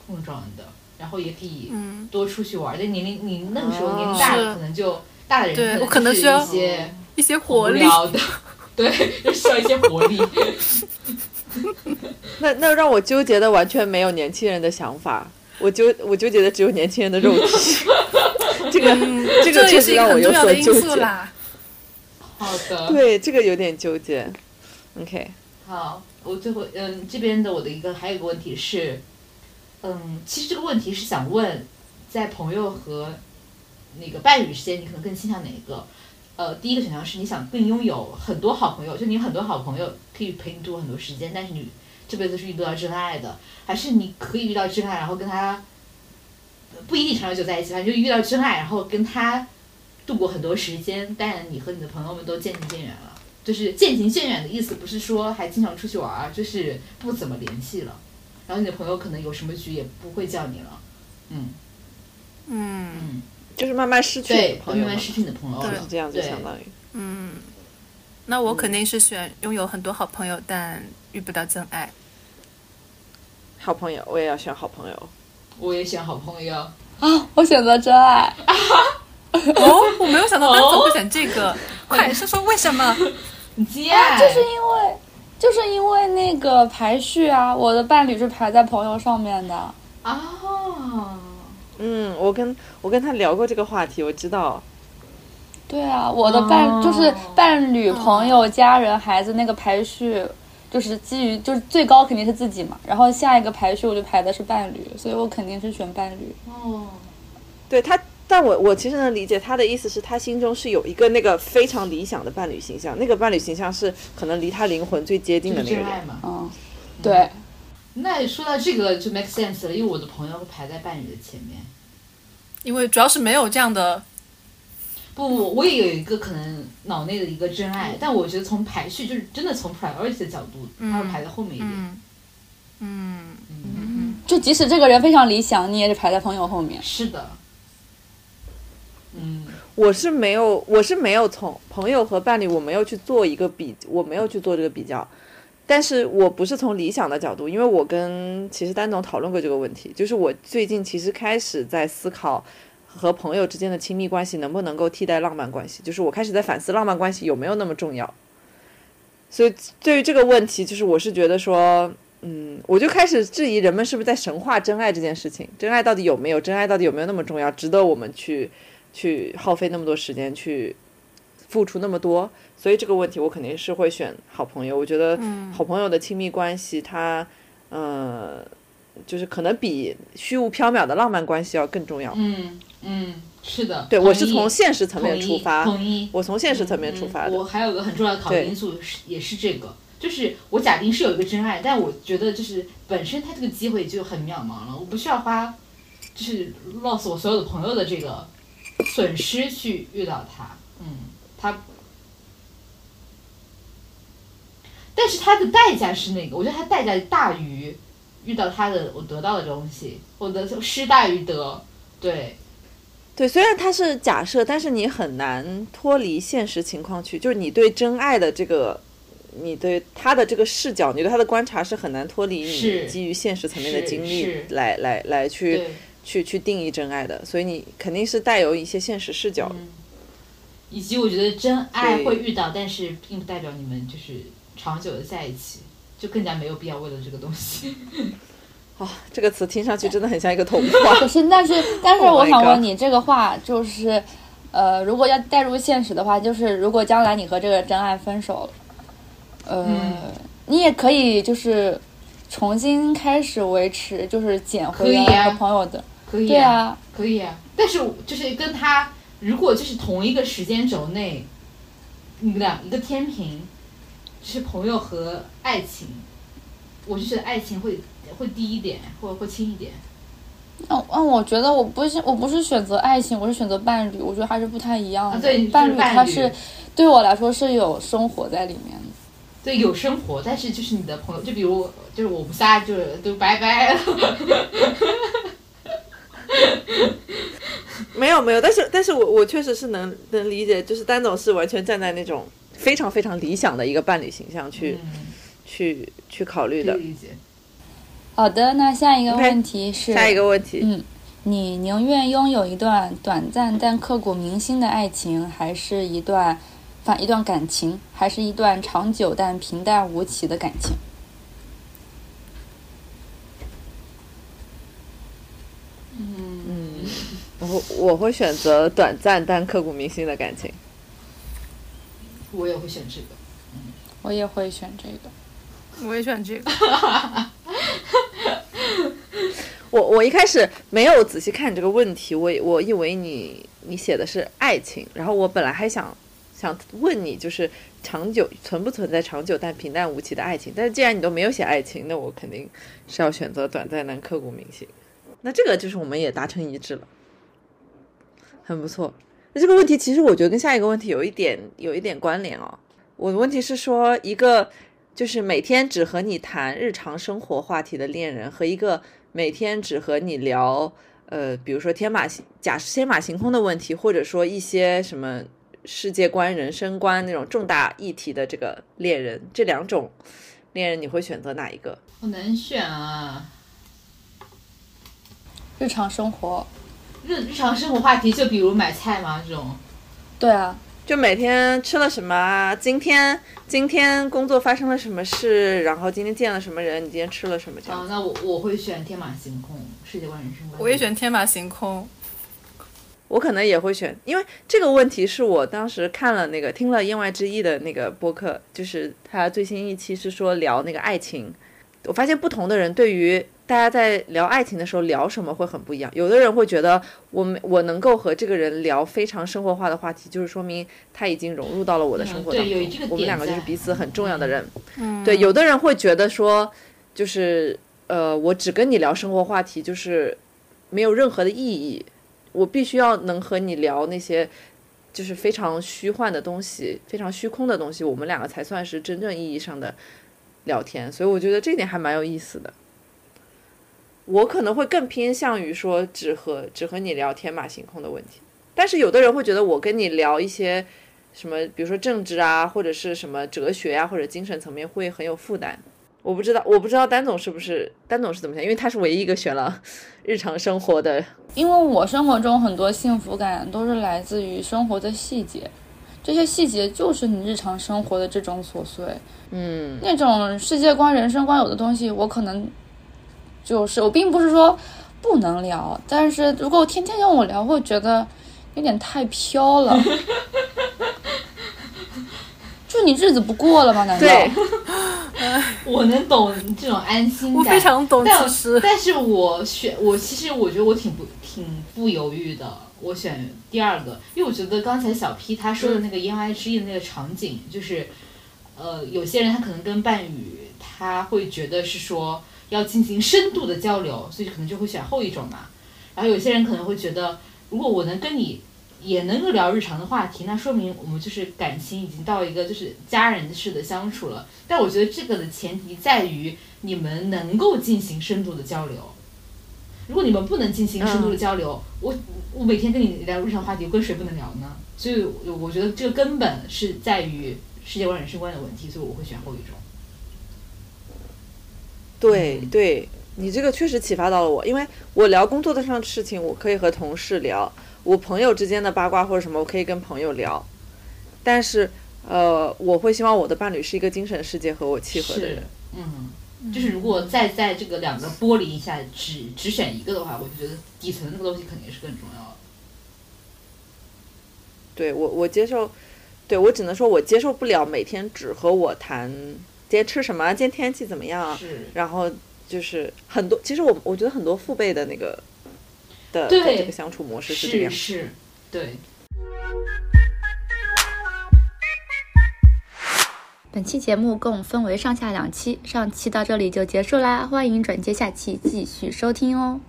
碰撞的，然后也可以
嗯。
多出去玩儿。但年龄你那个时
哦
候年纪大了，
是
可能就大的人
对我
可
可能
是
需要
一些
一些活
无
力，
聊的， 对，就需要一些活力。
那那让我纠结的完全没有年轻人的想法，我纠我纠结的只有年轻人的肉体。 这个、这个
这
确
也是
实
一个
让我
很
有
重要
所
的因
纠
素
结。
啦。
好的，
对，这个有点纠结。OK，
好，我最后嗯，这边的我的一个还有一个问题是，嗯，其实这个问题是想问，在朋友和那个伴侣之间，你可能更倾向哪一个？呃，第一个选项是你想更拥有很多好朋友，就你有很多好朋友可以陪你度过很多时间，但是你这辈子是遇不到真爱的，还是你可以遇到真爱，然后跟他呃不一定长久在一起，反正就遇到真爱，然后跟他度过很多时间，但你和你的朋友们都渐行渐远了。就是渐行渐远的意思，不是说还经常出去玩儿，就是不怎么联系了。然后你的朋友可能有什么局也不会叫你了。嗯
嗯
嗯，
就是慢慢失去你
对
的，
慢
朋友嘛，
慢失去你的朋友
对
就是
了。
这样子，
对
相当于
嗯，那我肯定是选拥有很多好朋友，但遇不到真爱。
好朋友，我也要选好朋友。
我也选好朋
啊
友，
啊我选择真爱，
哦，我没有想到
哦
丹总会选这个，快说说为什么？
你接、
啊就是因为就是因为那个排序啊，我的伴侣是排在朋友上面的。
啊，
嗯，我跟我跟他聊过这个话题，我知道。
对啊，我的伴、
哦
就是伴侣、朋友、家人、孩子那个排序，就是基于就是最高肯定是自己嘛，然后下一个排序我就排的是伴侣，所以我肯定是选伴侣。
哦，
对他，但我我其实能理解他的意思是，他心中是有一个那个非常理想的伴侣形象，那个伴侣形象是可能离他灵魂最接
就
近的
是
那个
真
人。
爱嘛。
嗯，对，
那说到这个就 make sense 了，因为我的朋友会排在伴侣的前面。
因为主要是没有这样的，
不不，我也有一个可能脑内的一个真
嗯
爱，但我觉得从排序就是真的从 priority 的角度，它会排在后面一点。
嗯嗯，
就即使这个人非常理想，你也是排在朋友后面。
是的，嗯，
我是没有，我是没有从朋友和伴侣，我没有去做一个比，我没有去做这个比较。但是我不是从理想的角度，因为我跟其实丹总讨论过这个问题，就是我最近其实开始在思考和朋友之间的亲密关系能不能够替代浪漫关系，就是我开始在反思浪漫关系有没有那么重要。所以对于这个问题，就是我是觉得说，嗯，我就开始质疑人们是不是在神话真爱这件事情，真爱到底有没有，真爱到底有没有那么重要，值得我们去去耗费那么多时间去付出那么多，所以这个问题我肯定是会选好朋友。我觉得
嗯
好朋友的亲密关系，它呃，就是可能比虚无缥缈的浪漫关系要更重要。
嗯，嗯，是的，
对我是
同
从
意
现实层面
同
出
意
发，
同意
我从现实层面出
嗯
发的。
我还有个很重要的考虑
对
因素是，也是这个，就是我假定是有一个真爱，但我觉得就是本身他这个机会就很渺茫了，我不需要花，就是 lost 我所有的朋友的这个损失去遇到他，嗯，他。但是他的代价是那个，我觉得他代价大于遇到他的我得到的东西，我的失大于得，对，
对，虽然它是假设，但是你很难脱离现实情况去，就是你对真爱的这个，你对他的这个视角，你对他的观察是很难脱离你
是
基于现实层面的
是
经历
是
来来来去。
对。
去去定义真爱的，所以你肯定是带有一些现实视角。
嗯，以及我觉得真爱
对
会遇到，但是并不代表你们就是长久的在一起，就更加没有必要为了这个东西。
啊、这个词听上去真的很像一个童话。
可 是，但是，但是，
Oh my
我想
God
问你，这个话就是，呃，如果要带入现实的话，就是如果将来你和这个真爱分手了，呃，
嗯
你也可以就是重新开始维持，就是捡
可
回
以
原来
啊
和朋友的，
可以、
对，啊，
可以啊。但是就是跟他如果就是同一个时间轴内，你两一个天平，就是朋友和爱情，我就觉得爱情会会低一点，或会轻一点。
嗯嗯，我觉得我不是我不是选择爱情，我是选择伴侣，我觉得还是不太一样的。
啊对你是
伴侣
伴
它
侣
是对我来说是有生活在里面的。
对，有生活，但是就是你的朋友，就比如我就是我们仨就是都拜拜了。
没有没有，但是但是我我确实是能能理解，就是丹总是完全站在那种非常非常理想的一个伴侣形象去、
嗯，
去去考虑
可
的
以。理解。
好的，那下一个
OK，
问题是
下一个问题，
嗯你宁愿拥有一段短暂但刻骨铭心的爱情，还是一段反一段感情，还是一段长久但平淡无奇的感情？
我我会选择短暂但刻骨铭心的感情。
我也会选这个。
我也会选这个。
我也选这个。
我我一开始没有仔细看你这个问题，我以我以为你你写的是爱情，然后我本来还想想问你，就是长久存不存在长久但平淡无奇的爱情？但是既然你都没有写爱情，那我肯定是要选择短暂但刻骨铭心。那这个就是我们也达成一致了，很不错。那这个问题其实我觉得跟下一个问题有一点有一点关联哦。我的问题是说一个就是每天只和你谈日常生活话题的恋人，和一个每天只和你聊，呃，比如说天马行假天马行空的问题，或者说一些什么世界观、人生观那种重大议题的这个恋人，这两种恋人你会选择哪一个？
好难选啊！
日常生活，
日日常生活话题，就比如买菜嘛这种。
对啊，
就每天吃了什么啊？今天今天工作发生了什么事？然后今天见了什么人？你今天吃了什么？这样
啊，那我我会选天马行空，世界观人生观。
我也选天马行空，
我可能也会选，因为这个问题是我当时看了那个听了《言外之意》的那个播客，就是他最新一期是说聊那个爱情，我发现不同的人对于大家在聊爱情的时候聊什么会很不一样。有的人会觉得我们我能够和这个人聊非常生活化的话题，就是说明他已经融入到了我的生活
嗯对
当中，
有这个
我们
点
两个就是
在
彼此很重要的人。
嗯，
对，有的人会觉得说，就是呃，我只跟你聊生活话题，就是没有任何的意义。我必须要能和你聊那些就是非常虚幻的东西，非常虚空的东西，我们两个才算是真正意义上的聊天。所以我觉得这点还蛮有意思的。我可能会更偏向于说只和只和你聊天马行空的问题，但是有的人会觉得我跟你聊一些什么，比如说政治啊，或者是什么哲学啊，或者精神层面会很有负担。我不知道，我不知道丹总是不是丹总是怎么想，因为他是唯一一个选了日常生活的
因为我生活中很多幸福感都是来自于生活的细节，这些细节就是你日常生活的这种琐碎。嗯，那种世界观、人生观有的东西，我可能就是我并不是说不能聊，但是如果天天跟我聊，会觉得有点太飘了。就你日子不过了吗？难道？
对，
我能懂这种安心
我
感，
非常懂
但
其实
但是我选我其实我觉得我挺不挺不犹豫的，我选第二个，因为我觉得刚才小 P 他说的那个言外之意的那个场景，就是呃，有些人他可能跟伴侣他会觉得是说要进行深度的交流，所以可能就会选后一种嘛。然后有些人可能会觉得，如果我能跟你也能够聊日常的话题，那说明我们就是感情已经到一个就是家人式的相处了。但我觉得这个的前提在于你们能够进行深度的交流。如果你们不能进行深度的交流，我我每天跟你聊日常话题，我跟谁不能聊呢？所以我我觉得这个根本是在于世界观、人生观的问题，所以我会选后一种。
对
嗯
对，你这个确实启发到了我，因为我聊工作的上的事情，我可以和同事聊；我朋友之间的八卦或者什么，我可以跟朋友聊。但是，呃，我会希望我的伴侣是一个精神世界和我契合的人
是。，嗯，就是如果再在这个两个剥离一下，只只选一个的话，我就觉得底层的那个东西肯定是更重要的。
对我，我接受，对我只能说我接受不了每天只和我谈今天吃什么啊，今天天气怎么样啊，
是，
然后就是很多，其实我我觉得很多父辈的那个的的
对
这个相处模式是这
是
样，
是，对，
本期节目共分为上下两期，上期到这里就结束啦，欢迎转接下期继续收听哦。